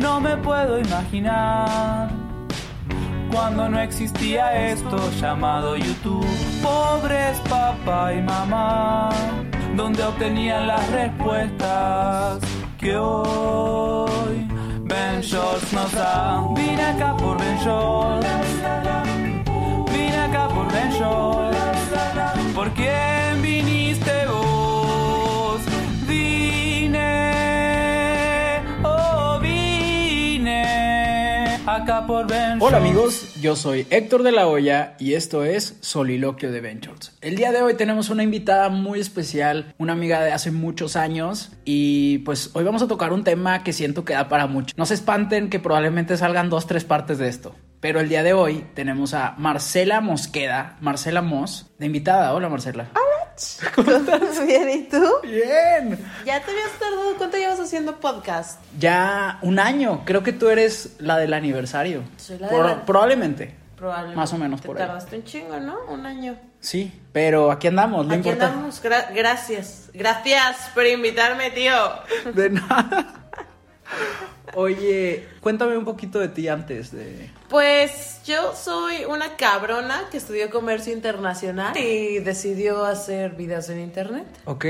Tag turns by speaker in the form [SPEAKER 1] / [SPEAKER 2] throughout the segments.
[SPEAKER 1] No me puedo imaginar cuando no existía esto llamado YouTube. Pobres papá y mamá, donde obtenían las respuestas que hoy Ben Shorts nos da. Vine acá por Ben Shorts, vine acá por Ben Shorts. ¿Por quién viniste vos? Vine, oh, vine acá por Ben
[SPEAKER 2] Hola
[SPEAKER 1] Shorts.
[SPEAKER 2] amigos, yo soy Héctor de la Hoya y esto es Soliloquio de Ventures. El día de hoy tenemos una invitada muy especial, una amiga de hace muchos años y pues hoy vamos a tocar un tema que siento que da para mucho. No se espanten que probablemente salgan dos, tres partes de esto, pero el día de hoy tenemos a Marcela Mosqueda, Marcela Mos, de invitada. Hola Marcela.
[SPEAKER 3] Ah, ¿Cómo estás? Bien, ¿y tú?
[SPEAKER 2] Bien.
[SPEAKER 3] Ya te habías tardado, ¿cuánto llevas haciendo podcast?
[SPEAKER 2] Ya un año, creo que tú eres la del aniversario.
[SPEAKER 3] Soy la
[SPEAKER 2] Por-
[SPEAKER 3] del-
[SPEAKER 2] probablemente.
[SPEAKER 3] Probablemente.
[SPEAKER 2] Más o menos
[SPEAKER 3] Te
[SPEAKER 2] por ahí.
[SPEAKER 3] tardaste un chingo, ¿no? Un año.
[SPEAKER 2] Sí, pero aquí andamos, no
[SPEAKER 3] Aquí
[SPEAKER 2] importa.
[SPEAKER 3] andamos. Gra- gracias. Gracias por invitarme, tío.
[SPEAKER 2] De nada. Oye, cuéntame un poquito de ti antes de...
[SPEAKER 3] Pues yo soy una cabrona que estudió comercio internacional y decidió hacer videos en internet.
[SPEAKER 2] Ok.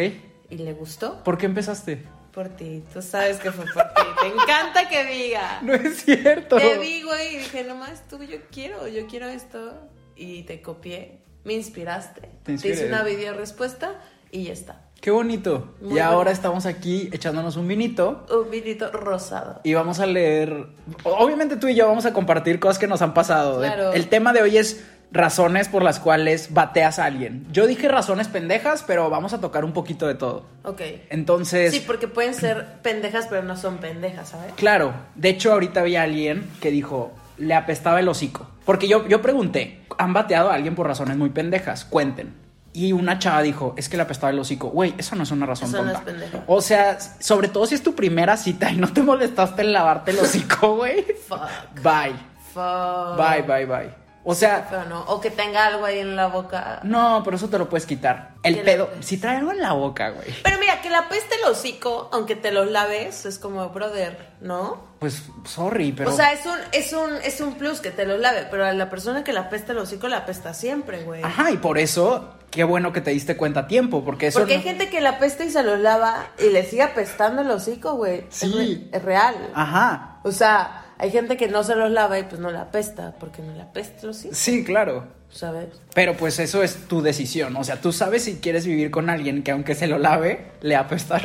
[SPEAKER 3] Y le gustó.
[SPEAKER 2] ¿Por qué empezaste?
[SPEAKER 3] Por ti. Tú sabes que fue por ti. Te encanta que diga.
[SPEAKER 2] No es cierto.
[SPEAKER 3] Te vi, güey, y dije, nomás tú, yo quiero, yo quiero esto. Y te copié, me inspiraste.
[SPEAKER 2] Te
[SPEAKER 3] Te,
[SPEAKER 2] inspiré.
[SPEAKER 3] hice una video respuesta y ya está.
[SPEAKER 2] Qué bonito.
[SPEAKER 3] Muy
[SPEAKER 2] y ahora
[SPEAKER 3] bueno.
[SPEAKER 2] estamos aquí echándonos un vinito
[SPEAKER 3] Un vinito rosado.
[SPEAKER 2] y vamos a leer... Obviamente tú y yo vamos a compartir cosas que nos han pasado. De-
[SPEAKER 3] Claro.
[SPEAKER 2] El tema de hoy es razones por las cuales bateas a alguien. Yo dije razones pendejas, pero vamos a tocar un poquito de todo.
[SPEAKER 3] Ok.
[SPEAKER 2] Entonces...
[SPEAKER 3] Sí, porque pueden ser pendejas, pero no son pendejas, ¿sabes?
[SPEAKER 2] Claro, de hecho ahorita había alguien que dijo, le apestaba el hocico. Porque yo, yo pregunté, ¿han bateado a alguien por razones muy pendejas? Cuenten. Y una chava dijo, es que le apestaba el hocico. Güey, eso no es una razón
[SPEAKER 3] Eso no
[SPEAKER 2] tonta.
[SPEAKER 3] es pendejo.
[SPEAKER 2] o sea, s- sobre todo si es tu primera cita y no te molestaste en lavarte el hocico, güey.
[SPEAKER 3] Fuck.
[SPEAKER 2] Bye,
[SPEAKER 3] Fuck.
[SPEAKER 2] bye, bye, bye. O sea,
[SPEAKER 3] Pero no. O que tenga algo ahí en la boca.
[SPEAKER 2] no, pero eso te lo puedes quitar. El
[SPEAKER 3] Que
[SPEAKER 2] pedo,
[SPEAKER 3] la-
[SPEAKER 2] si trae algo en la boca, güey.
[SPEAKER 3] Pero mira, que la peste el hocico, aunque te los laves, es como, brother, ¿no?
[SPEAKER 2] Pues, sorry, pero...
[SPEAKER 3] O sea, es un, es un, es un plus que te los lave, pero a la persona que la apesta el hocico la apesta siempre, güey.
[SPEAKER 2] Ajá, y por eso, qué bueno que te diste cuenta a tiempo, porque eso...
[SPEAKER 3] Porque
[SPEAKER 2] no-
[SPEAKER 3] hay gente que la apesta y se los lava y le sigue apestando el hocico, güey. Es
[SPEAKER 2] Sí. Ah.
[SPEAKER 3] re- Es, real.
[SPEAKER 2] Ajá,
[SPEAKER 3] O sea, hay gente que no se los lava y pues no la apesta, porque no la apesta el hocico,
[SPEAKER 2] Sí, claro.
[SPEAKER 3] ¿sabes?
[SPEAKER 2] Pero pues eso es tu decisión. O sea, tú sabes si quieres vivir con alguien que aunque se lo lave, le apesta.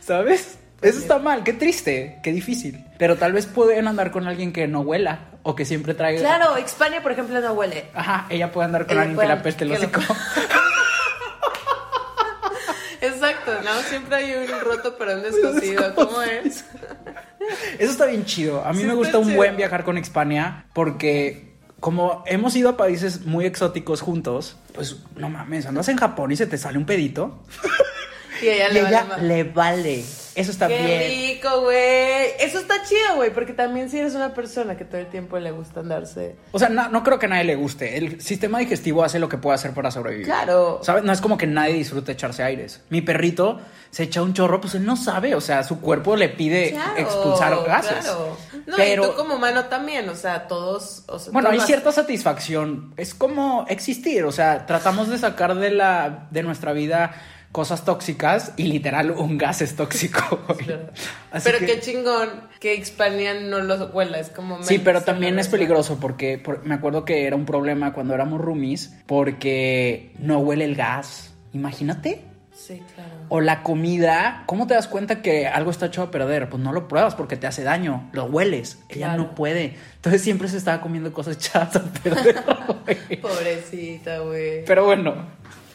[SPEAKER 2] ¿Sabes? Eso está mal, qué triste, qué difícil. Pero tal vez pueden andar con alguien que no huela o que siempre traiga.
[SPEAKER 3] Claro, Hispania, por ejemplo, no huele.
[SPEAKER 2] Ajá, ella puede andar con
[SPEAKER 3] Ella
[SPEAKER 2] alguien
[SPEAKER 3] puede-
[SPEAKER 2] que le apeste el
[SPEAKER 3] que lo-
[SPEAKER 2] hocico.
[SPEAKER 3] Exacto, ¿no? Siempre hay un roto para un descosido. ¿Cómo es?
[SPEAKER 2] Eso está bien chido. A mí
[SPEAKER 3] Sí,
[SPEAKER 2] me
[SPEAKER 3] está
[SPEAKER 2] gusta un
[SPEAKER 3] chido.
[SPEAKER 2] buen viajar con Hispania porque como hemos ido a países muy exóticos juntos, pues no mames, andas en Japón y se te sale un pedito.
[SPEAKER 3] Y ella
[SPEAKER 2] y
[SPEAKER 3] le
[SPEAKER 2] ella
[SPEAKER 3] vale más.
[SPEAKER 2] le vale. Eso está
[SPEAKER 3] Qué
[SPEAKER 2] bien.
[SPEAKER 3] rico, güey. Eso está chido, güey, porque también si eres una persona que todo el tiempo le gusta andarse.
[SPEAKER 2] O sea, no, no creo que a nadie le guste. El sistema digestivo hace lo que puede hacer para sobrevivir.
[SPEAKER 3] Claro.
[SPEAKER 2] ¿Sabes? No es como que nadie disfrute echarse aires. Mi perrito se echa un chorro, pues él no sabe. O sea, su cuerpo le pide
[SPEAKER 3] Claro,
[SPEAKER 2] expulsar gases.
[SPEAKER 3] claro. No,
[SPEAKER 2] Pero,
[SPEAKER 3] y tú como humano también, o sea, todos. O sea,
[SPEAKER 2] bueno,
[SPEAKER 3] tú
[SPEAKER 2] hay
[SPEAKER 3] vas-
[SPEAKER 2] cierta satisfacción. Es como existir. O sea, tratamos de sacar de, la, de nuestra vida cosas tóxicas y literal un gas es tóxico. güey. Así
[SPEAKER 3] Pero
[SPEAKER 2] que-
[SPEAKER 3] qué chingón que Hispanian no los huela, es como.
[SPEAKER 2] Sí,
[SPEAKER 3] menos
[SPEAKER 2] pero también es
[SPEAKER 3] sabroso.
[SPEAKER 2] peligroso porque por- me acuerdo que era un problema cuando éramos roomies porque no huele el gas. Imagínate.
[SPEAKER 3] Sí, claro.
[SPEAKER 2] O la comida, ¿cómo te das cuenta que algo está hecho a perder? Pues no lo pruebas porque te hace daño, lo hueles, ella
[SPEAKER 3] Claro.
[SPEAKER 2] no puede. Entonces siempre se estaba comiendo cosas echadas a perder. güey.
[SPEAKER 3] Pobrecita, güey.
[SPEAKER 2] Pero bueno,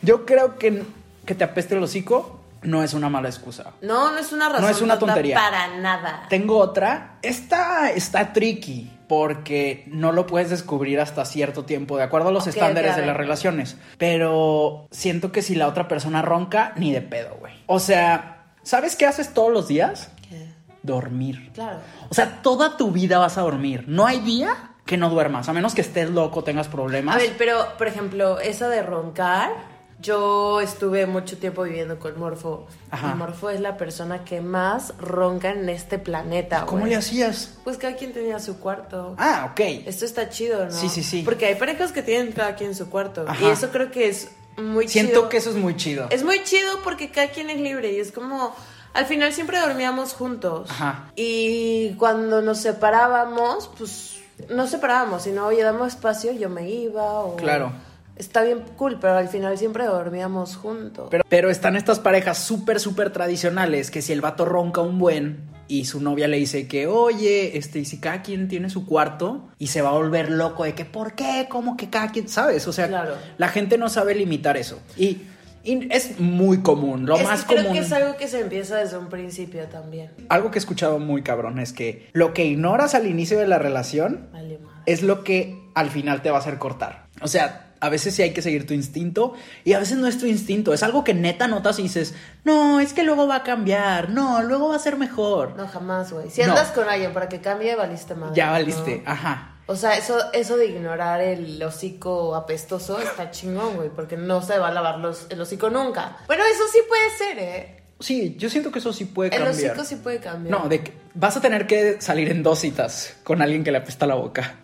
[SPEAKER 2] yo creo que que te apeste el hocico no es una mala excusa.
[SPEAKER 3] No, no es una razón.
[SPEAKER 2] No es una
[SPEAKER 3] tonta
[SPEAKER 2] tontería.
[SPEAKER 3] Para nada.
[SPEAKER 2] Tengo otra. Esta está tricky porque no lo puedes descubrir hasta cierto tiempo, de acuerdo a los
[SPEAKER 3] Ok,
[SPEAKER 2] estándares
[SPEAKER 3] ok, a
[SPEAKER 2] de las
[SPEAKER 3] ver.
[SPEAKER 2] relaciones. Pero siento que si la otra persona ronca, ni de pedo, güey. O sea, ¿sabes qué haces todos los días?
[SPEAKER 3] ¿Qué?
[SPEAKER 2] Dormir.
[SPEAKER 3] Claro.
[SPEAKER 2] O sea, toda tu vida vas a dormir. No hay día que no duermas, a menos que estés loco, tengas problemas.
[SPEAKER 3] A ver, pero, por ejemplo, esa de roncar, yo estuve mucho tiempo viviendo con Morfo.
[SPEAKER 2] Ajá.
[SPEAKER 3] Y Morfo es la persona que más ronca en este planeta,
[SPEAKER 2] ¿Cómo
[SPEAKER 3] güey.
[SPEAKER 2] le hacías?
[SPEAKER 3] Pues cada quien tenía su cuarto.
[SPEAKER 2] Ah, ok.
[SPEAKER 3] Esto está chido, ¿no?
[SPEAKER 2] Sí, sí, sí.
[SPEAKER 3] Porque hay parejas que tienen cada quien su cuarto.
[SPEAKER 2] Ajá.
[SPEAKER 3] Y eso creo que es muy
[SPEAKER 2] Siento
[SPEAKER 3] chido.
[SPEAKER 2] que eso es muy chido.
[SPEAKER 3] Es muy chido porque cada quien es libre y es como... Al final siempre dormíamos juntos.
[SPEAKER 2] Ajá.
[SPEAKER 3] Y cuando nos separábamos, pues no separábamos, sino oye, damos espacio, yo me iba o...
[SPEAKER 2] Claro.
[SPEAKER 3] Está bien cool, pero al final siempre dormíamos juntos.
[SPEAKER 2] Pero, pero están estas parejas súper, súper tradicionales que si el vato ronca un buen y su novia le dice que, oye, este, y si cada quien tiene su cuarto y se va a volver loco de que, ¿por qué? ¿Cómo que cada quien? ¿Sabes? O sea,
[SPEAKER 3] Claro.
[SPEAKER 2] la gente no sabe limitar eso. Y, y es muy común, lo
[SPEAKER 3] Es que
[SPEAKER 2] más
[SPEAKER 3] creo
[SPEAKER 2] común.
[SPEAKER 3] que es algo que se empieza desde un principio también.
[SPEAKER 2] Algo que he escuchado muy cabrón es que lo que ignoras al inicio de la relación
[SPEAKER 3] Vale, madre.
[SPEAKER 2] es lo que al final te va a hacer cortar. O sea, a veces sí hay que seguir tu instinto y a veces no es tu instinto, es algo que neta notas y dices, no, es que luego va a cambiar, no, luego va a ser mejor.
[SPEAKER 3] No, jamás, güey. Si
[SPEAKER 2] No.
[SPEAKER 3] andas con alguien para que cambie, valiste madre.
[SPEAKER 2] ya valiste,
[SPEAKER 3] ¿no?
[SPEAKER 2] ajá.
[SPEAKER 3] O sea, eso, eso de ignorar el hocico apestoso está chingón, güey, porque no se va a lavar los, el hocico nunca. Bueno, eso sí puede ser, ¿eh?
[SPEAKER 2] Sí, yo siento que eso sí puede
[SPEAKER 3] El
[SPEAKER 2] cambiar.
[SPEAKER 3] hocico sí puede cambiar.
[SPEAKER 2] No, de que vas a tener que salir en dos citas con alguien que le apesta la boca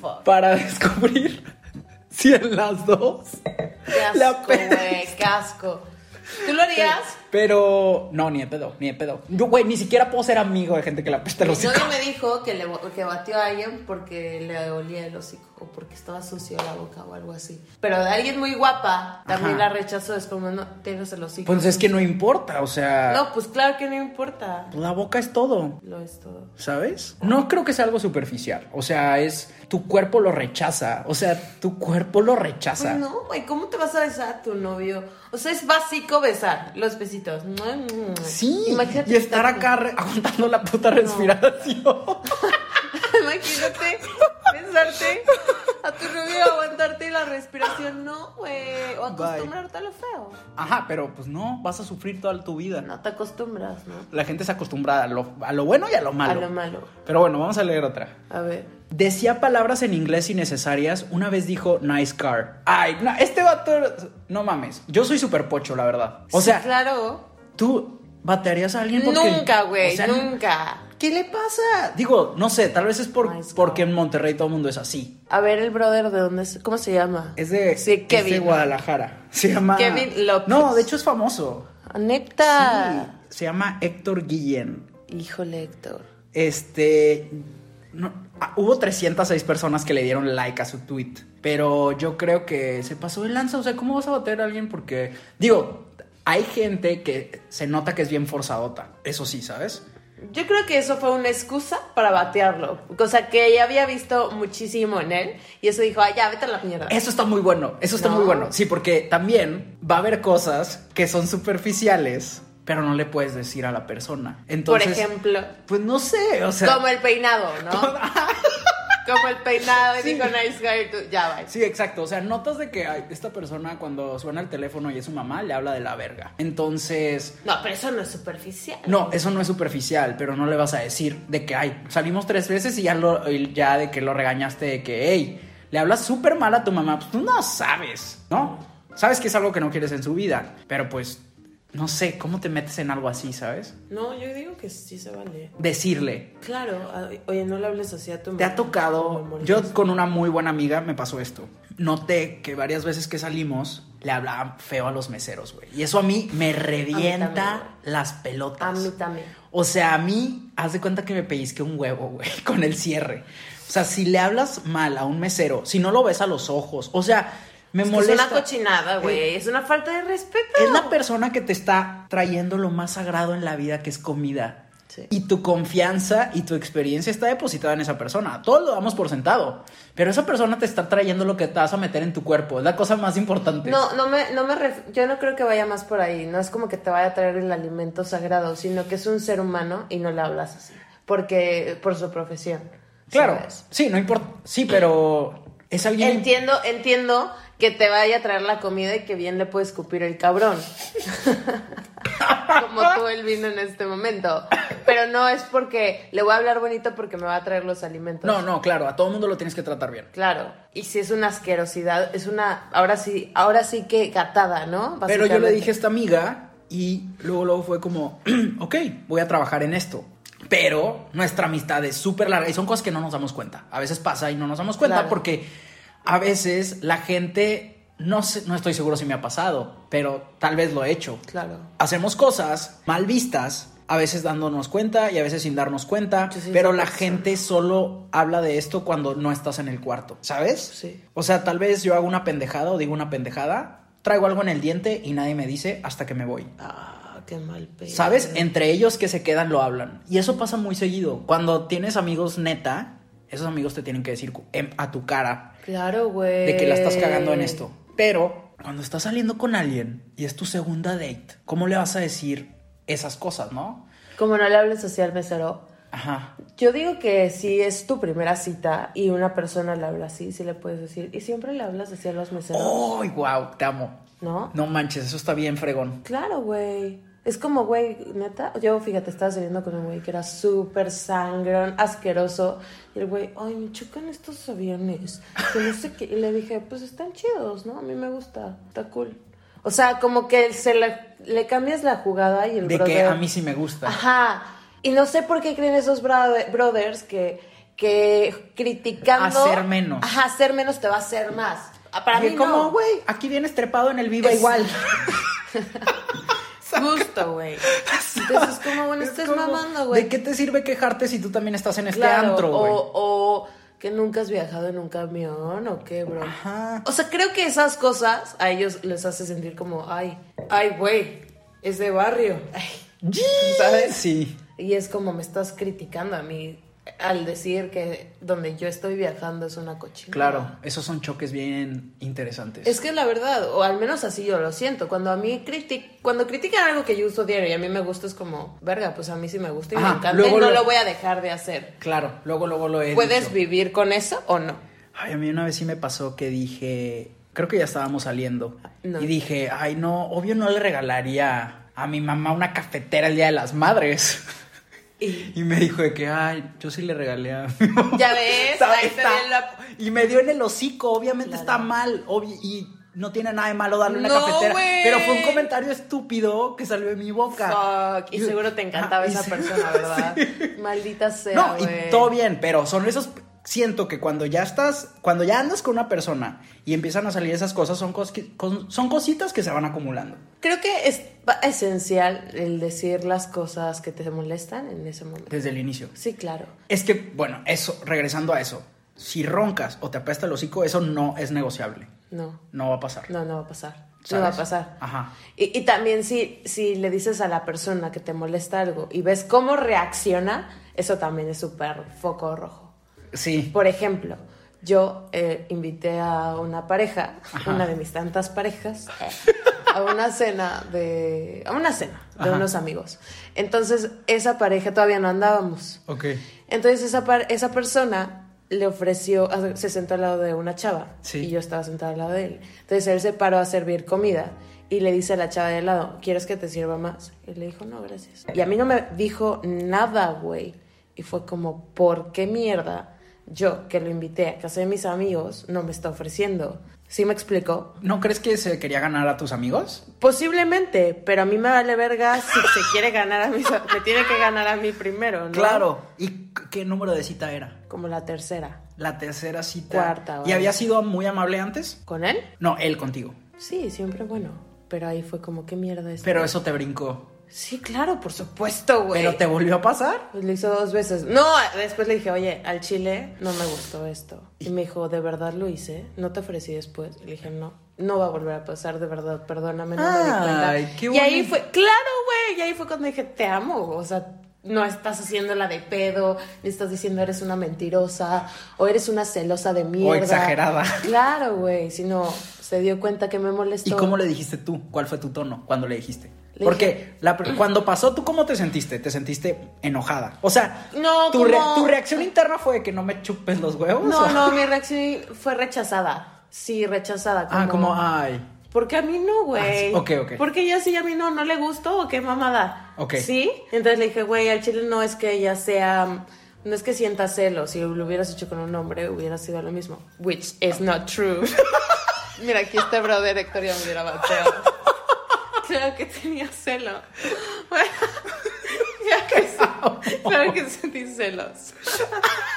[SPEAKER 3] Fuck.
[SPEAKER 2] para descubrir si en las dos
[SPEAKER 3] Qué
[SPEAKER 2] le
[SPEAKER 3] asco,
[SPEAKER 2] apesta.
[SPEAKER 3] güey, qué asco. ¿Tú lo harías?
[SPEAKER 2] Pero no, ni de pedo, ni de pedo. Yo, güey, ni siquiera puedo ser amigo de gente que le apesta el
[SPEAKER 3] Mi
[SPEAKER 2] hocico.
[SPEAKER 3] novio me dijo que, le, que batió a alguien porque le olía el hocico o porque estaba sucio la boca o algo así. Pero de alguien muy guapa también
[SPEAKER 2] Ajá.
[SPEAKER 3] la rechazó, es como, no, tienes el hocico.
[SPEAKER 2] Pues es que no importa, o sea. pues,
[SPEAKER 3] No, pues claro que no importa.
[SPEAKER 2] La boca es todo,
[SPEAKER 3] Lo es todo.
[SPEAKER 2] ¿sabes? No creo que sea algo superficial. O sea, es tu cuerpo lo rechaza. O sea, tu cuerpo lo rechaza.
[SPEAKER 3] Pues no, güey, ¿cómo te vas a besar a tu novio? O sea, es básico besar los besitos.
[SPEAKER 2] Sí,
[SPEAKER 3] Imagínate
[SPEAKER 2] y estar
[SPEAKER 3] estar-
[SPEAKER 2] acá re- aguantando la puta respiración.
[SPEAKER 3] Imagínate besarte a tu novio, aguantarte la respiración. No, güey. O
[SPEAKER 2] Bye.
[SPEAKER 3] acostumbrarte a lo feo.
[SPEAKER 2] Ajá, pero pues no, vas a sufrir toda tu vida.
[SPEAKER 3] No te acostumbras, ¿no?
[SPEAKER 2] La gente se acostumbra a lo, a lo bueno y a lo malo.
[SPEAKER 3] A lo malo.
[SPEAKER 2] Pero bueno, vamos a leer otra.
[SPEAKER 3] A ver.
[SPEAKER 2] Decía palabras en inglés innecesarias. Una vez dijo nice car. Ay, no, este vato. No mames. Yo soy súper pocho, la verdad. O
[SPEAKER 3] Sí,
[SPEAKER 2] sea,
[SPEAKER 3] claro.
[SPEAKER 2] ¿Tú batearías a alguien? Porque,
[SPEAKER 3] Nunca, güey.
[SPEAKER 2] o sea,
[SPEAKER 3] nunca.
[SPEAKER 2] ¿Qué le pasa? Digo, no sé, tal vez es por,
[SPEAKER 3] Ay, es
[SPEAKER 2] porque en Monterrey todo el mundo es así.
[SPEAKER 3] A ver, el brother, ¿de dónde es? ¿Cómo se llama?
[SPEAKER 2] Es de,
[SPEAKER 3] Sí,
[SPEAKER 2] es de
[SPEAKER 3] Kevin.
[SPEAKER 2] Guadalajara. Se llama...
[SPEAKER 3] Kevin López. Ah.
[SPEAKER 2] No, de hecho es famoso.
[SPEAKER 3] Neta.
[SPEAKER 2] Sí, se llama Héctor Guillén.
[SPEAKER 3] Híjole, Héctor.
[SPEAKER 2] Este... no, ah, hubo 306 personas que le dieron like a su tweet. Pero yo creo que se pasó de lanza. O sea, ¿cómo vas a batear a alguien? Porque, digo, hay gente que se nota que es bien forzadota. Eso sí, ¿sabes?
[SPEAKER 3] Yo creo que eso fue una excusa para batearlo. Cosa que ella había visto muchísimo en él. Y eso dijo, ah, ya, vete a la mierda.
[SPEAKER 2] Eso está muy bueno, eso está
[SPEAKER 3] ¿No?
[SPEAKER 2] muy bueno. Sí, porque también va a haber cosas que son superficiales, pero no le puedes decir a la persona. Entonces,
[SPEAKER 3] Por ejemplo,
[SPEAKER 2] pues no sé, o sea,
[SPEAKER 3] como el peinado, ¿no? como el peinado. Y dijo, nice guy. tú- Ya, va.
[SPEAKER 2] sí, exacto, o sea, notas de que ay, esta persona cuando suena el teléfono y es su mamá le habla de la verga. Entonces,
[SPEAKER 3] No, pero eso no es superficial.
[SPEAKER 2] no, eso no es superficial, pero no le vas a decir de que ay, salimos tres veces y ya lo y ya de que lo regañaste de que, hey, le hablas súper mal a tu mamá, pues tú no sabes, ¿no? Sabes que es algo que no quieres en su vida, pero pues no sé, ¿cómo te metes en algo así, sabes?
[SPEAKER 3] No, yo digo que sí se vale.
[SPEAKER 2] Decirle,
[SPEAKER 3] Claro, a- oye, no le hables así a tu
[SPEAKER 2] te
[SPEAKER 3] mamá,
[SPEAKER 2] ha tocado,
[SPEAKER 3] amor,
[SPEAKER 2] yo con una muy buena amiga me pasó esto. Noté que varias veces que salimos le hablaban feo a los meseros, güey. Y eso a mí me revienta
[SPEAKER 3] también,
[SPEAKER 2] las pelotas.
[SPEAKER 3] A mí también.
[SPEAKER 2] O sea, a mí, haz de cuenta que me pellizqué un huevo, güey, con el cierre. O sea, si le hablas mal a un mesero, si no lo ves a los ojos, o sea, Me
[SPEAKER 3] Es que
[SPEAKER 2] molesta. Eh,
[SPEAKER 3] Es una cochinada, güey. Es una falta de respeto.
[SPEAKER 2] Es la persona que te está trayendo lo más sagrado en la vida, que es comida.
[SPEAKER 3] Sí.
[SPEAKER 2] Y tu confianza y tu experiencia está depositada en esa persona. Todos lo damos por sentado. Pero esa persona te está trayendo lo que te vas a meter en tu cuerpo. Es la cosa más importante.
[SPEAKER 3] No, no me, no me ref- yo no creo que vaya más por ahí. No es como que te vaya a traer el alimento sagrado, sino que es un ser humano y no le hablas así. Porque, por su profesión.
[SPEAKER 2] Claro.
[SPEAKER 3] ¿sabes?
[SPEAKER 2] Sí, no importa. Sí, pero es alguien.
[SPEAKER 3] Entiendo, entiendo que te vaya a traer la comida y que bien le puede escupir el cabrón. Como tú el vino en este momento. Pero no es porque le voy a hablar bonito porque me va a traer los alimentos.
[SPEAKER 2] No, no, claro. A todo mundo lo tienes que tratar bien.
[SPEAKER 3] Claro. Y si es una asquerosidad, es una, ahora sí, ahora sí que gatada, ¿no?
[SPEAKER 2] Pero yo le
[SPEAKER 3] Básicamente.
[SPEAKER 2] dije a esta amiga y luego, luego fue como, ok, voy a trabajar en esto. Pero nuestra amistad es súper larga y son cosas que no nos damos cuenta. A veces pasa y no nos damos cuenta
[SPEAKER 3] Claro.
[SPEAKER 2] porque a veces la gente, no, sé, no estoy seguro si me ha pasado, pero tal vez lo he hecho.
[SPEAKER 3] Claro.
[SPEAKER 2] Hacemos cosas mal vistas, a veces dándonos cuenta y a veces sin darnos cuenta,
[SPEAKER 3] Yo soy
[SPEAKER 2] pero
[SPEAKER 3] esa
[SPEAKER 2] la
[SPEAKER 3] persona.
[SPEAKER 2] gente solo habla de esto cuando no estás en el cuarto, ¿sabes?
[SPEAKER 3] Sí.
[SPEAKER 2] O sea, tal vez yo hago una pendejada o digo una pendejada, traigo algo en el diente y nadie me dice hasta que me voy.
[SPEAKER 3] Ah, qué mal pedo.
[SPEAKER 2] ¿Sabes? Entre ellos que se quedan lo hablan. Y eso pasa muy seguido. Cuando tienes amigos neta, esos amigos te tienen que decir cu- en- a tu cara
[SPEAKER 3] Claro, güey.
[SPEAKER 2] de que la estás cagando en esto. Pero cuando estás saliendo con alguien y es tu segunda date, ¿cómo le vas a decir esas cosas, no?
[SPEAKER 3] Como no le hables así al mesero.
[SPEAKER 2] Ajá.
[SPEAKER 3] Yo digo que si es tu primera cita y una persona le habla así, sí le puedes decir. Y siempre le hablas así a los meseros,
[SPEAKER 2] ¡Ay, wow! Te amo.
[SPEAKER 3] ¿no?
[SPEAKER 2] No manches, eso está bien fregón.
[SPEAKER 3] Claro, güey. Es como, güey, neta. Yo, fíjate, estaba saliendo con un güey que era súper sangrón, asqueroso. Y el güey, ay, me chocan estos aviones. Que no sé qué. Y le dije, pues están chidos, ¿no? A mí me gusta, está cool. O sea, como que se le, le cambias la jugada y el
[SPEAKER 2] De que
[SPEAKER 3] brother-
[SPEAKER 2] a mí sí me gusta.
[SPEAKER 3] Ajá. Y no sé por qué creen esos brother- brothers que, que criticando.
[SPEAKER 2] Hacer menos.
[SPEAKER 3] Ajá, hacer menos te va a hacer más. Ah, Para
[SPEAKER 2] Y
[SPEAKER 3] mí,
[SPEAKER 2] como,
[SPEAKER 3] no.
[SPEAKER 2] güey, aquí vienes trepado en el viva
[SPEAKER 3] Es-
[SPEAKER 2] igual.
[SPEAKER 3] Justo, güey. Entonces es como, bueno, estás
[SPEAKER 2] como,
[SPEAKER 3] mamando, güey.
[SPEAKER 2] ¿De qué te sirve quejarte si tú también estás en este
[SPEAKER 3] Claro,
[SPEAKER 2] antro, güey?
[SPEAKER 3] o, o que nunca has viajado en un camión o qué, bro.
[SPEAKER 2] Ajá.
[SPEAKER 3] O sea, creo que esas cosas a ellos les hace sentir como, ay, ay, güey, es de barrio. Ay.
[SPEAKER 2] Yee,
[SPEAKER 3] ¿sabes?
[SPEAKER 2] Sí.
[SPEAKER 3] Y es como me estás criticando a mí al decir que donde yo estoy viajando es una cochina.
[SPEAKER 2] Claro, esos son choques bien interesantes.
[SPEAKER 3] Es que es la verdad, o al menos así yo lo siento. Cuando a mí criti- cuando critican algo que yo uso diario y a mí me gusta, es como, verga, pues a mí sí me gusta y
[SPEAKER 2] Ajá,
[SPEAKER 3] me encanta.
[SPEAKER 2] luego
[SPEAKER 3] y no
[SPEAKER 2] lo-
[SPEAKER 3] lo voy a dejar de hacer.
[SPEAKER 2] Claro, luego, luego lo he
[SPEAKER 3] ¿Puedes
[SPEAKER 2] dicho.
[SPEAKER 3] vivir con eso o no?
[SPEAKER 2] Ay, a mí una vez sí me pasó que dije, creo que ya estábamos saliendo.
[SPEAKER 3] No.
[SPEAKER 2] Y dije, ay, no, obvio no le regalaría a mi mamá una cafetera el Día de las Madres.
[SPEAKER 3] Y-
[SPEAKER 2] Y me dijo de que, ay, yo sí le regalé a mi mamá".
[SPEAKER 3] Ya ves,
[SPEAKER 2] Está-
[SPEAKER 3] ahí te
[SPEAKER 2] está-
[SPEAKER 3] dio la-
[SPEAKER 2] Y me dio en el hocico, obviamente
[SPEAKER 3] Claro.
[SPEAKER 2] está mal, obvi- y no tiene nada de malo darle una
[SPEAKER 3] No,
[SPEAKER 2] cafetera.
[SPEAKER 3] güey.
[SPEAKER 2] Pero fue un comentario estúpido que salió de mi boca.
[SPEAKER 3] Fuck, y seguro te encantaba
[SPEAKER 2] Ah, y
[SPEAKER 3] esa
[SPEAKER 2] se-
[SPEAKER 3] persona, ¿verdad?
[SPEAKER 2] Sí.
[SPEAKER 3] Maldita sea.
[SPEAKER 2] No,
[SPEAKER 3] güey.
[SPEAKER 2] y todo bien, pero son esos. Siento que cuando ya estás, cuando ya andas con una persona y empiezan a salir esas cosas, son, cos- que- con- son cositas que se van acumulando.
[SPEAKER 3] Creo que es va- esencial el decir las cosas que te molestan en ese momento.
[SPEAKER 2] Desde el inicio.
[SPEAKER 3] Sí, claro.
[SPEAKER 2] Es que, bueno, eso, regresando a eso, si roncas o te apesta el hocico, eso no es negociable.
[SPEAKER 3] No,
[SPEAKER 2] No va a pasar.
[SPEAKER 3] no, no va a pasar. No
[SPEAKER 2] ¿sabes?
[SPEAKER 3] va a pasar.
[SPEAKER 2] Ajá.
[SPEAKER 3] Y, y también si, si le dices a la persona que te molesta algo y ves cómo reacciona, eso también es súper foco rojo.
[SPEAKER 2] Sí.
[SPEAKER 3] Por ejemplo, yo eh, invité a una pareja,
[SPEAKER 2] Ajá.
[SPEAKER 3] una de mis tantas parejas, a una cena de. a una cena de
[SPEAKER 2] Ajá.
[SPEAKER 3] unos amigos. Entonces, esa pareja todavía no andábamos.
[SPEAKER 2] Ok.
[SPEAKER 3] Entonces, esa, par- esa persona le ofreció, ah, se sentó al lado de una chava
[SPEAKER 2] Sí.
[SPEAKER 3] y yo estaba sentada al lado de él. Entonces, él se paró a servir comida y le dice a la chava de al lado, ¿quieres que te sirva más? Y le dijo, no, gracias. Y a mí no me dijo nada, güey. Y fue como, ¿por qué mierda yo, que lo invité a casa de mis amigos, no me está ofreciendo? ¿Sí me explicó?
[SPEAKER 2] ¿No crees que se quería ganar a tus amigos?
[SPEAKER 3] Posiblemente, pero a mí me vale verga si se quiere ganar a mí, me tiene que ganar a mí primero, ¿no?
[SPEAKER 2] ¿Y c- qué número de cita era?
[SPEAKER 3] Como la tercera.
[SPEAKER 2] La tercera cita.
[SPEAKER 3] Cuarta,
[SPEAKER 2] ¿Y
[SPEAKER 3] vale.
[SPEAKER 2] había sido muy amable antes?
[SPEAKER 3] ¿Con él?
[SPEAKER 2] No, él contigo.
[SPEAKER 3] Sí, siempre bueno. Pero ahí fue como, ¿qué mierda es?
[SPEAKER 2] Pero eso te brincó.
[SPEAKER 3] Sí, claro, por supuesto, güey.
[SPEAKER 2] ¿Pero te volvió a pasar?
[SPEAKER 3] Pues lo hizo dos veces. No, después le dije, oye, al chile no me gustó esto. Y me dijo, ¿de verdad lo hice? ¿No te ofrecí después? Y le dije, no. no va a volver a pasar, de verdad, perdóname, no me di
[SPEAKER 2] Ay,
[SPEAKER 3] cuenta.
[SPEAKER 2] qué
[SPEAKER 3] y ahí
[SPEAKER 2] bonito.
[SPEAKER 3] fue, claro, güey, y ahí fue cuando dije, te amo, o sea, no estás haciéndola de pedo, ni estás diciendo eres una mentirosa, o eres una celosa de mierda.
[SPEAKER 2] exagerada.
[SPEAKER 3] Claro, güey, sino se dio cuenta que me molestó.
[SPEAKER 2] ¿Y cómo le dijiste tú? ¿Cuál fue tu tono cuando le dijiste?
[SPEAKER 3] Le
[SPEAKER 2] Porque
[SPEAKER 3] dije-
[SPEAKER 2] la pr- cuando pasó, ¿tú cómo te sentiste? ¿Te sentiste enojada? O sea,
[SPEAKER 3] No,
[SPEAKER 2] tu,
[SPEAKER 3] como-
[SPEAKER 2] tu reacción interna fue de que no me chupes los huevos.
[SPEAKER 3] No,
[SPEAKER 2] ¿o?
[SPEAKER 3] no, mi reacción fue rechazada. Sí, rechazada. Como,
[SPEAKER 2] Ah, como, ay.
[SPEAKER 3] Porque a mí no,
[SPEAKER 2] Ah, sí,
[SPEAKER 3] güey.
[SPEAKER 2] ok, ok.
[SPEAKER 3] Porque ella sí, a mí no, no le gustó o qué mamada.
[SPEAKER 2] Ok.
[SPEAKER 3] Sí. Entonces le dije, güey, al chile no es que ella sea. No es que sienta celos. Si lo hubieras hecho con un hombre, hubiera sido lo mismo. Which is not true. Mira, aquí este brother Héctor ya me hubiera bateado. Claro que tenía celo. Bueno, claro que sí. Claro que sentí celos.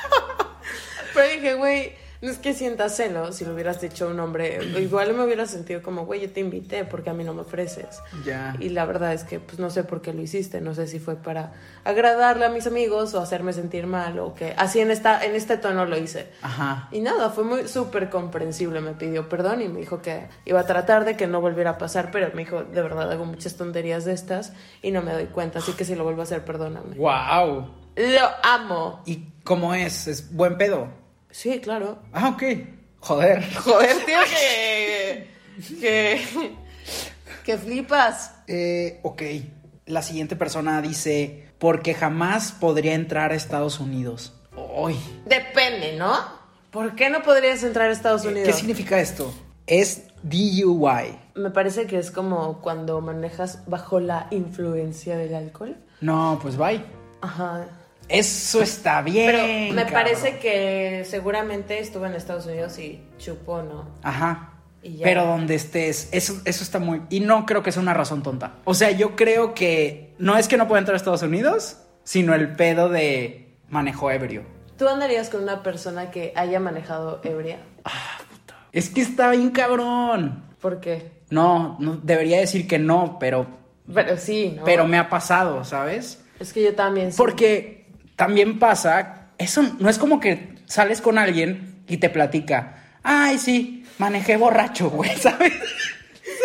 [SPEAKER 3] Pero dije, güey, no es que sienta celo si lo hubieras dicho a un hombre. Igual me hubiera sentido como, güey, yo te invité porque a mí no me ofreces.
[SPEAKER 2] Ya.
[SPEAKER 3] Y la verdad es que, pues no sé por qué lo hiciste. No sé si fue para agradarle a mis amigos o hacerme sentir mal o que. Así en, esta, en este tono lo hice.
[SPEAKER 2] Ajá.
[SPEAKER 3] Y nada, fue muy súper comprensible. Me pidió perdón y me dijo que iba a tratar de que no volviera a pasar, pero me dijo, de verdad, hago muchas tonterías de estas y no me doy cuenta, así que si lo vuelvo a hacer, perdóname.
[SPEAKER 2] Wow.
[SPEAKER 3] Lo amo.
[SPEAKER 2] ¿Y cómo es? ¿Es buen pedo?
[SPEAKER 3] Sí, claro.
[SPEAKER 2] Ah, ok. Joder.
[SPEAKER 3] Joder, tío, que... que... que flipas.
[SPEAKER 2] Eh, ok. La siguiente persona dice, porque jamás podría entrar a Estados Unidos. Ay.
[SPEAKER 3] Depende, ¿no? ¿Por qué no podrías entrar a Estados Unidos?
[SPEAKER 2] ¿Qué significa esto? Es DUI.
[SPEAKER 3] Me parece que es como cuando manejas bajo la influencia del alcohol.
[SPEAKER 2] No, pues bye.
[SPEAKER 3] Ajá.
[SPEAKER 2] Eso está bien.
[SPEAKER 3] Pero me
[SPEAKER 2] cabrón.
[SPEAKER 3] parece que seguramente estuvo en Estados Unidos y chupó, ¿no?
[SPEAKER 2] Ajá.
[SPEAKER 3] Y ya.
[SPEAKER 2] Pero donde estés, eso, eso está muy... Y no creo que sea una razón tonta. O sea, yo creo que no es que no pueda entrar a Estados Unidos, sino el pedo de manejo ebrio.
[SPEAKER 3] ¿Tú andarías con una persona que haya manejado ebria?
[SPEAKER 2] Es que está bien cabrón.
[SPEAKER 3] ¿Por qué?
[SPEAKER 2] No, no, debería decir que no, pero,
[SPEAKER 3] Pero sí, ¿no?
[SPEAKER 2] pero me ha pasado, ¿sabes?
[SPEAKER 3] Es que yo también sí.
[SPEAKER 2] Porque también pasa, eso no es como que sales con alguien y te platica, ay, sí, manejé borracho, güey, ¿sabes?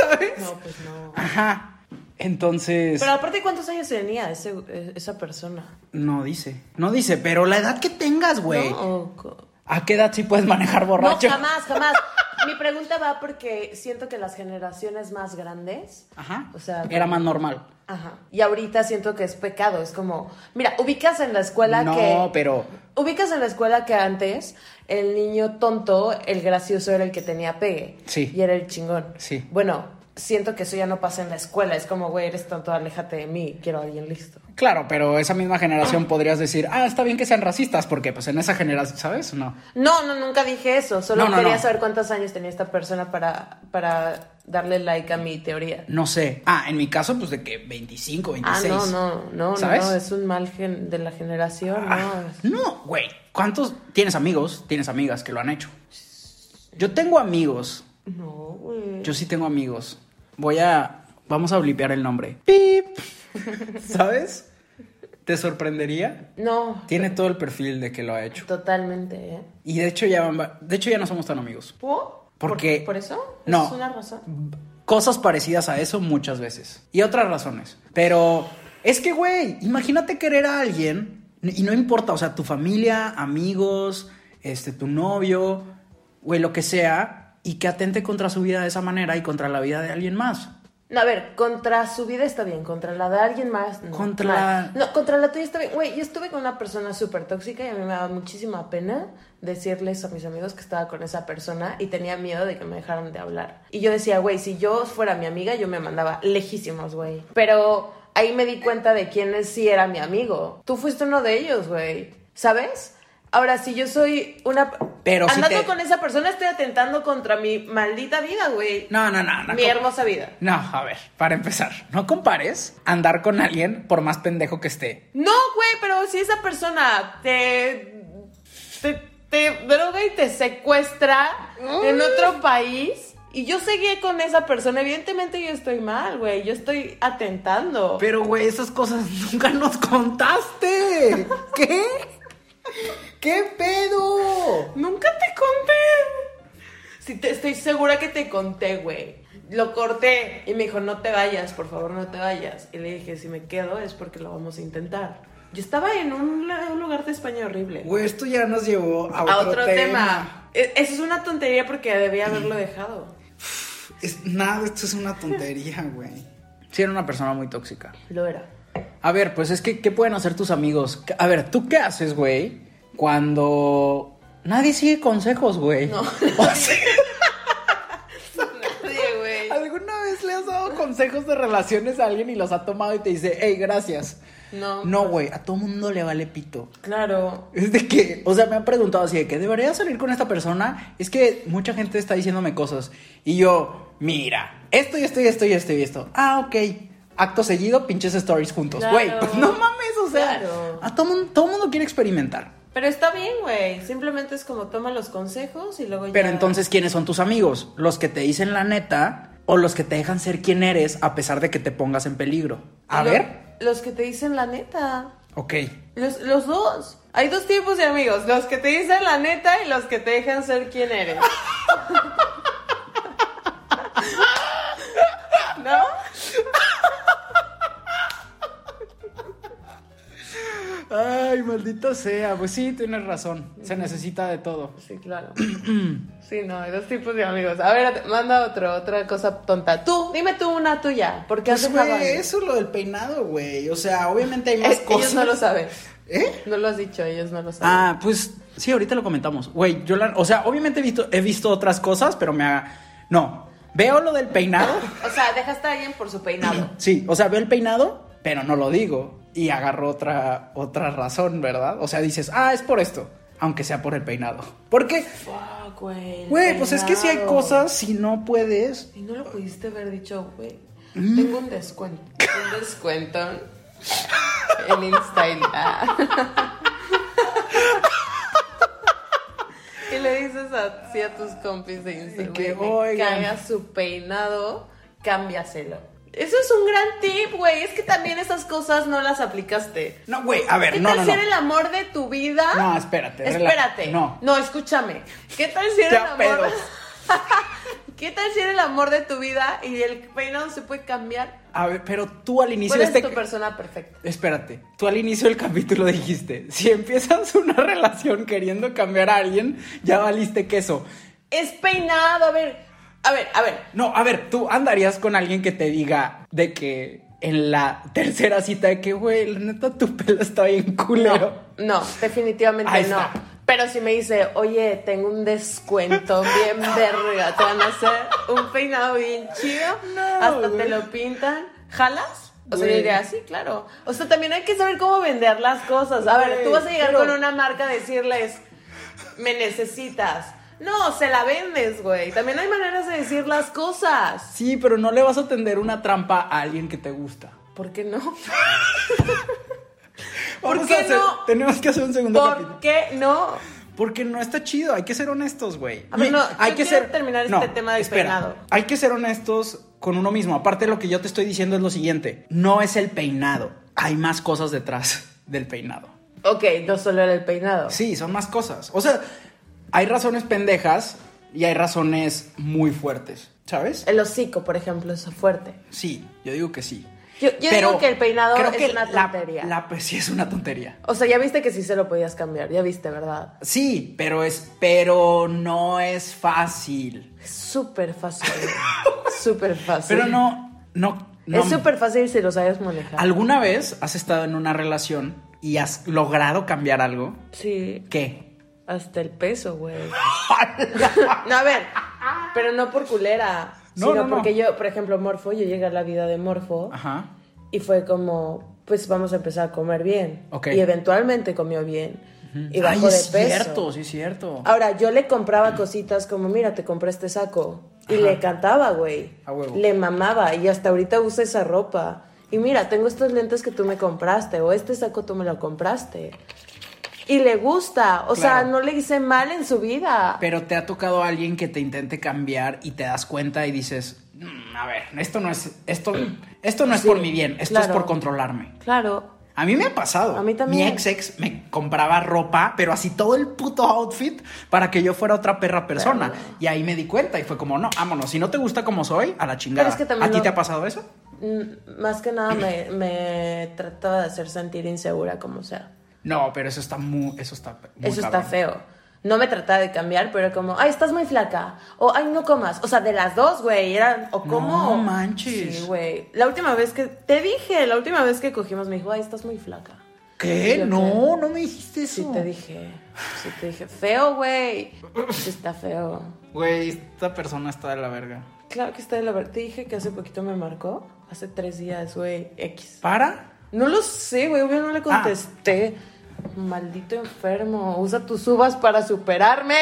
[SPEAKER 2] ¿Sabes?
[SPEAKER 3] No, pues no.
[SPEAKER 2] Ajá. Entonces,
[SPEAKER 3] Pero aparte, ¿cuántos años tenía ese, esa persona?
[SPEAKER 2] no dice, no dice, pero la edad que tengas, güey.
[SPEAKER 3] ¿No? ¿O co-
[SPEAKER 2] ¿A qué edad sí puedes manejar borracho?
[SPEAKER 3] No, jamás, jamás. Mi pregunta va porque siento que las generaciones más grandes...
[SPEAKER 2] Ajá.
[SPEAKER 3] O sea...
[SPEAKER 2] era más normal.
[SPEAKER 3] Ajá. Y ahorita siento que es pecado. Es como... Mira, ubicas en la escuela
[SPEAKER 2] No,
[SPEAKER 3] que...
[SPEAKER 2] pero
[SPEAKER 3] Ubicas en la escuela que antes el niño tonto, el gracioso era el que tenía pegue.
[SPEAKER 2] Sí.
[SPEAKER 3] Y era el chingón.
[SPEAKER 2] Sí.
[SPEAKER 3] Bueno, siento que eso ya no pasa en la escuela. Es como, güey, eres tonto, aléjate de mí, quiero a alguien listo.
[SPEAKER 2] claro, pero esa misma generación podrías decir, ah, está bien que sean racistas, porque pues en esa generación, ¿sabes? No.
[SPEAKER 3] No, no, nunca dije eso. Solo
[SPEAKER 2] No, no,
[SPEAKER 3] quería
[SPEAKER 2] no.
[SPEAKER 3] saber cuántos años tenía esta persona para, para darle like a mi teoría.
[SPEAKER 2] No sé. Ah, en mi caso, pues de que 25,
[SPEAKER 3] Ah,
[SPEAKER 2] 26.
[SPEAKER 3] no, no, no,
[SPEAKER 2] ¿Sabes?
[SPEAKER 3] no, es un mal gen de la generación,
[SPEAKER 2] Ah,
[SPEAKER 3] no.
[SPEAKER 2] no, güey. ¿Cuántos tienes amigos? Tienes amigas que lo han hecho. Yo tengo amigos.
[SPEAKER 3] No, güey.
[SPEAKER 2] Yo sí tengo amigos. Voy a. Vamos a blipear el nombre. ¡Pip! ¿Sabes? ¿Te sorprendería?
[SPEAKER 3] No,
[SPEAKER 2] Tiene todo el perfil de que lo ha hecho.
[SPEAKER 3] totalmente, ¿eh?
[SPEAKER 2] Y de hecho ya van va- De hecho ya no somos tan amigos.
[SPEAKER 3] ¿Por?
[SPEAKER 2] Porque-
[SPEAKER 3] ¿Por eso?
[SPEAKER 2] No.
[SPEAKER 3] Es una razón.
[SPEAKER 2] Cosas parecidas a eso muchas veces. Y otras razones. Pero es que, güey, imagínate querer a alguien y no importa, o sea, tu familia, amigos, este, tu novio, güey, lo que sea, y que atente contra su vida de esa manera y contra la vida de alguien más.
[SPEAKER 3] No, a ver, contra su vida está bien, contra la de alguien más. No,
[SPEAKER 2] Contra
[SPEAKER 3] mal.
[SPEAKER 2] la-
[SPEAKER 3] No, contra la tuya está bien. Güey, yo estuve con una persona súper tóxica y a mí me daba muchísima pena decirles a mis amigos que estaba con esa persona y tenía miedo de que me dejaran de hablar. Y yo decía, güey, si yo fuera mi amiga, yo me mandaba lejísimos, güey. Pero ahí me di cuenta de quién es- sí era mi amigo. Tú fuiste uno de ellos, güey. ¿Sabes? Ahora, si yo soy una...
[SPEAKER 2] Pero si
[SPEAKER 3] Andando
[SPEAKER 2] te-
[SPEAKER 3] con esa persona estoy atentando contra mi maldita vida, güey.
[SPEAKER 2] No, no, no, no.
[SPEAKER 3] mi hermosa vida.
[SPEAKER 2] No, a ver, para empezar, no compares andar con alguien por más pendejo que esté.
[SPEAKER 3] No, güey, pero si esa persona te, te, te droga y te secuestra en otro país y yo seguí con esa persona, evidentemente yo estoy mal, güey, yo estoy atentando.
[SPEAKER 2] Pero, güey, esas cosas nunca nos contaste. ¿Qué? ¿Qué pedo?
[SPEAKER 3] Nunca te conté. Si te, estoy segura que te conté, güey. Lo corté y me dijo, no te vayas, por favor, no te vayas. Y le dije, si me quedo es porque lo vamos a intentar. Yo estaba en un, la- un lugar de España horrible.
[SPEAKER 2] Güey, esto ya nos llevó a otro,
[SPEAKER 3] a otro tema. E- Eso es una tontería porque debía haberlo dejado.
[SPEAKER 4] Es- nada, esto es una tontería, güey.
[SPEAKER 2] Sí, era una persona muy tóxica.
[SPEAKER 3] Lo era.
[SPEAKER 2] A ver, pues es que, ¿qué pueden hacer tus amigos? A ver, ¿tú qué haces, güey? Cuando nadie sigue consejos, güey.
[SPEAKER 3] No.
[SPEAKER 2] O sea,
[SPEAKER 3] Nadie, güey.
[SPEAKER 2] ¿Alguna vez le has dado consejos de relaciones a alguien y los ha tomado y te dice, hey, gracias?
[SPEAKER 3] No.
[SPEAKER 2] No, güey, a todo mundo le vale pito.
[SPEAKER 3] Claro.
[SPEAKER 2] Es de que, o sea, me han preguntado así de que, ¿debería salir con esta persona? Es que mucha gente está diciéndome cosas. Y yo, mira, esto y esto y esto y esto y esto. Ah, ok. Acto seguido, pinches stories juntos.
[SPEAKER 3] Claro.
[SPEAKER 2] Güey, pues no mames, o sea,
[SPEAKER 3] Claro.
[SPEAKER 2] a todo mundo, todo mundo quiere experimentar.
[SPEAKER 3] Pero está bien, güey. Simplemente es como toma los consejos y luego ya.
[SPEAKER 2] Pero entonces, ¿quiénes son tus amigos? ¿Los que te dicen la neta o los que te dejan ser quien eres a pesar de que te pongas en peligro? A
[SPEAKER 3] Lo-
[SPEAKER 2] ver,
[SPEAKER 3] Los que te dicen la neta.
[SPEAKER 2] ok.
[SPEAKER 3] Los, los dos. Hay dos tipos de amigos. Los que te dicen la neta y los que te dejan ser quien eres. ¿No?
[SPEAKER 2] Ay, maldita sea. Pues sí, tienes razón. Se necesita de todo.
[SPEAKER 3] Sí, claro. Sí, no, hay dos tipos de amigos. A ver, manda otro, otra cosa tonta. Tú, dime tú una tuya. Porque has
[SPEAKER 4] Pues,
[SPEAKER 3] dejado
[SPEAKER 4] güey,
[SPEAKER 3] amigos.
[SPEAKER 4] eso es lo del peinado, güey. O sea, obviamente hay más
[SPEAKER 3] Eh,
[SPEAKER 4] cosas.
[SPEAKER 3] Ellos no lo saben.
[SPEAKER 4] ¿Eh?
[SPEAKER 3] No lo has dicho, ellos no lo saben.
[SPEAKER 2] Ah, pues sí, ahorita lo comentamos. Güey, yo la- O sea, obviamente he visto, he visto otras cosas, pero me haga... No, veo lo del peinado.
[SPEAKER 3] O sea, dejaste a alguien por su peinado.
[SPEAKER 2] Sí, o sea, veo el peinado, pero no lo digo. Y agarro otra, otra razón, ¿verdad? O sea, dices, ah, es por esto, aunque sea por el peinado. Porque,
[SPEAKER 3] Fuck, güey. el
[SPEAKER 2] güey, pues es que si hay
[SPEAKER 3] peinado.
[SPEAKER 2] cosas, si no puedes.
[SPEAKER 3] Y no lo pudiste haber dicho, güey.
[SPEAKER 2] Mm.
[SPEAKER 3] Tengo un descuento. Un descuento en InStyle. Ah. y le dices así a tus compis de Instagram.
[SPEAKER 2] Que,
[SPEAKER 3] Que
[SPEAKER 2] "Oigan".
[SPEAKER 3] cambia su peinado, cámbiaselo. Eso es un gran tip, güey. Es que también esas cosas no las aplicaste.
[SPEAKER 2] No, güey, a ver,
[SPEAKER 3] ¿Qué
[SPEAKER 2] no,
[SPEAKER 3] tal
[SPEAKER 2] no,
[SPEAKER 3] si
[SPEAKER 2] no.
[SPEAKER 3] era el amor de tu vida?
[SPEAKER 2] No, espérate, rela-
[SPEAKER 3] Espérate.
[SPEAKER 2] no.
[SPEAKER 3] No, escúchame. ¿Qué tal si
[SPEAKER 2] Ya
[SPEAKER 3] era el amor?
[SPEAKER 2] pedos.
[SPEAKER 3] ¿Qué tal si era el amor de tu vida y el peinado se puede cambiar?
[SPEAKER 2] A ver, pero tú al inicio
[SPEAKER 3] ¿Cuál
[SPEAKER 2] de
[SPEAKER 3] es
[SPEAKER 2] este.
[SPEAKER 3] tu persona perfecta?
[SPEAKER 2] Espérate, tú al inicio del capítulo dijiste: si empiezas una relación queriendo cambiar a alguien, ya valiste queso.
[SPEAKER 3] Es peinado, a ver. A ver, a ver.
[SPEAKER 2] No, a ver, tú andarías con alguien que te diga de que en la tercera cita de que, güey, la neta tu pelo está bien culero.
[SPEAKER 3] No, definitivamente
[SPEAKER 2] Ahí
[SPEAKER 3] no.
[SPEAKER 2] está.
[SPEAKER 3] Pero si me dice, oye, tengo un descuento bien verga, te van a hacer un peinado bien chido,
[SPEAKER 2] No,
[SPEAKER 3] hasta te
[SPEAKER 2] güey.
[SPEAKER 3] lo pintan, ¿jalas? O sea, yo
[SPEAKER 2] Güey.
[SPEAKER 3] diría, sí, claro. O sea, también hay que saber cómo vender las cosas. A ver,
[SPEAKER 2] Güey,
[SPEAKER 3] tú vas a llegar
[SPEAKER 2] pero-
[SPEAKER 3] con una marca a decirles, me necesitas. No, se la vendes, güey. También hay maneras de decir las cosas.
[SPEAKER 2] Sí, pero no le vas a tender una trampa a alguien que te gusta.
[SPEAKER 3] ¿Por qué no? ¿Por
[SPEAKER 2] Vamos a
[SPEAKER 3] qué
[SPEAKER 2] hacer-
[SPEAKER 3] no?
[SPEAKER 2] Tenemos que hacer un segundo
[SPEAKER 3] ¿Por
[SPEAKER 2] capítulo.
[SPEAKER 3] qué no?
[SPEAKER 2] Porque no está chido, hay que ser honestos, güey.
[SPEAKER 3] A ver, no,
[SPEAKER 2] hay
[SPEAKER 3] yo
[SPEAKER 2] que
[SPEAKER 3] quiero
[SPEAKER 2] ser
[SPEAKER 3] terminar este tema del peinado.
[SPEAKER 2] Hay que ser honestos con uno mismo. Aparte lo que yo te estoy diciendo es lo siguiente, no es el peinado, hay más cosas detrás del peinado.
[SPEAKER 3] Ok, no solo era el peinado.
[SPEAKER 2] Sí, son más cosas. O sea, hay razones pendejas y hay razones muy fuertes, ¿sabes?
[SPEAKER 3] El hocico, por ejemplo, es fuerte.
[SPEAKER 2] Sí, yo digo que sí.
[SPEAKER 3] Yo- yo digo que el peinado es una
[SPEAKER 2] la-
[SPEAKER 3] tontería.
[SPEAKER 2] La, pues sí es una tontería.
[SPEAKER 3] O sea, ya viste que sí se lo podías cambiar, ya viste, ¿verdad?
[SPEAKER 2] Sí, pero es, pero no es fácil.
[SPEAKER 3] Es súper fácil. súper fácil.
[SPEAKER 2] Pero no, no, no.
[SPEAKER 3] Es súper fácil si lo sabes manejar.
[SPEAKER 2] ¿Alguna vez has estado en una relación y has logrado cambiar algo?
[SPEAKER 3] Sí,
[SPEAKER 2] ¿Qué?
[SPEAKER 3] hasta el peso, güey. No, a ver, pero no por culera.
[SPEAKER 2] No,
[SPEAKER 3] sino
[SPEAKER 2] no, no.
[SPEAKER 3] porque yo, por ejemplo, Morfo, yo llegué a la vida de Morfo
[SPEAKER 2] Ajá.
[SPEAKER 3] y fue como, pues vamos a empezar a comer bien.
[SPEAKER 2] Ok.
[SPEAKER 3] Y eventualmente comió bien. Y
[SPEAKER 2] Ay,
[SPEAKER 3] bajó de
[SPEAKER 2] es
[SPEAKER 3] peso.
[SPEAKER 2] cierto, sí es cierto.
[SPEAKER 3] Ahora, yo le compraba cositas como, mira, te compré este saco. Y le cantaba, güey.
[SPEAKER 2] A huevo.
[SPEAKER 3] Le mamaba y hasta ahorita usa esa ropa. Y mira, tengo estos lentes que tú me compraste o este saco tú me lo compraste. Y le gusta, o sea,
[SPEAKER 2] Claro.
[SPEAKER 3] no le hice mal en su vida.
[SPEAKER 2] Pero te ha tocado alguien que te intente cambiar y te das cuenta y dices, "Mm, a ver, esto no es, esto, esto no es por mi bien, esto es
[SPEAKER 3] claro.
[SPEAKER 2] por controlarme.
[SPEAKER 3] Claro.
[SPEAKER 5] A
[SPEAKER 2] A mí me ha pasado.
[SPEAKER 3] A mí también.
[SPEAKER 2] Mi ex ex me compraba ropa, pero así todo el puto outfit para que yo fuera otra perra persona. Y ahí me di cuenta y fue como, no, vámonos. Si no te gusta como soy, a la chingada.
[SPEAKER 3] Pero es que también
[SPEAKER 2] ¿A ti
[SPEAKER 3] no-
[SPEAKER 2] te ha pasado eso?
[SPEAKER 3] Mm, Más que nada me, me trataba de hacer sentir insegura como sea.
[SPEAKER 2] No, pero eso está muy. Eso está. muy
[SPEAKER 3] Eso está
[SPEAKER 2] cabrón.
[SPEAKER 3] feo. No me trataba de cambiar, pero como, ay, estás muy flaca. O, ay, no comas. O sea, de las dos, güey. Era, o como.
[SPEAKER 2] No manches.
[SPEAKER 3] Sí, güey. La última vez que. Te dije, la última vez que cogimos me dijo, ay, estás muy flaca.
[SPEAKER 2] ¿Qué?
[SPEAKER 3] Yo
[SPEAKER 2] No, no me dijiste eso.
[SPEAKER 3] Sí, te dije. Sí, te dije. Feo, güey. Sí, está feo.
[SPEAKER 2] Güey, esta persona está de la verga.
[SPEAKER 3] Claro que está de la verdad. Te dije que hace poquito me marcó. Hace tres días, güey. X.
[SPEAKER 2] ¿Para?
[SPEAKER 3] No lo sé, güey. Obvio no
[SPEAKER 2] Ah.
[SPEAKER 3] le contesté. Maldito enfermo. Usa tus uvas para superarme.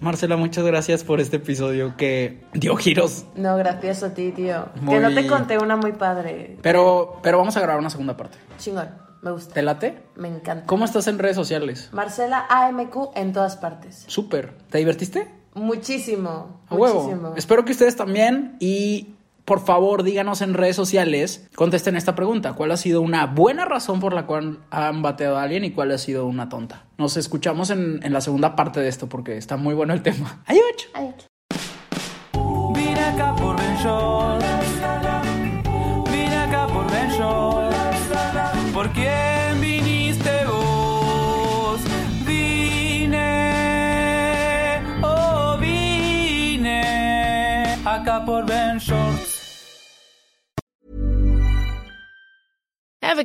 [SPEAKER 2] Marcela, muchas gracias por este episodio que dio giros.
[SPEAKER 3] No, gracias a ti, tío.
[SPEAKER 2] Muy-
[SPEAKER 3] Que no te conté una muy padre.
[SPEAKER 2] Pero, pero vamos a grabar una segunda parte.
[SPEAKER 3] Chingón. Me
[SPEAKER 2] ¿Te
[SPEAKER 3] gusta.
[SPEAKER 2] late?
[SPEAKER 3] Me encanta.
[SPEAKER 2] ¿Cómo estás en redes sociales?
[SPEAKER 3] Marcela AMQ en todas partes.
[SPEAKER 2] Súper. ¿Te divertiste?
[SPEAKER 3] Muchísimo.
[SPEAKER 2] A huevo.
[SPEAKER 3] Muchísimo.
[SPEAKER 2] Espero que ustedes también y por favor díganos en redes sociales, contesten esta pregunta. ¿Cuál ha sido una buena razón por la cual han bateado a alguien y cuál ha sido una tonta? Nos escuchamos en, en la segunda parte de esto porque está muy bueno el tema. ¡Adiós!
[SPEAKER 3] Ay,
[SPEAKER 1] Vine acá por Ben Shore. Vine acá por Ben Shore. ¿Por quién viniste vos? Vine, oh vine acá por Ben Shore.
[SPEAKER 6] Ever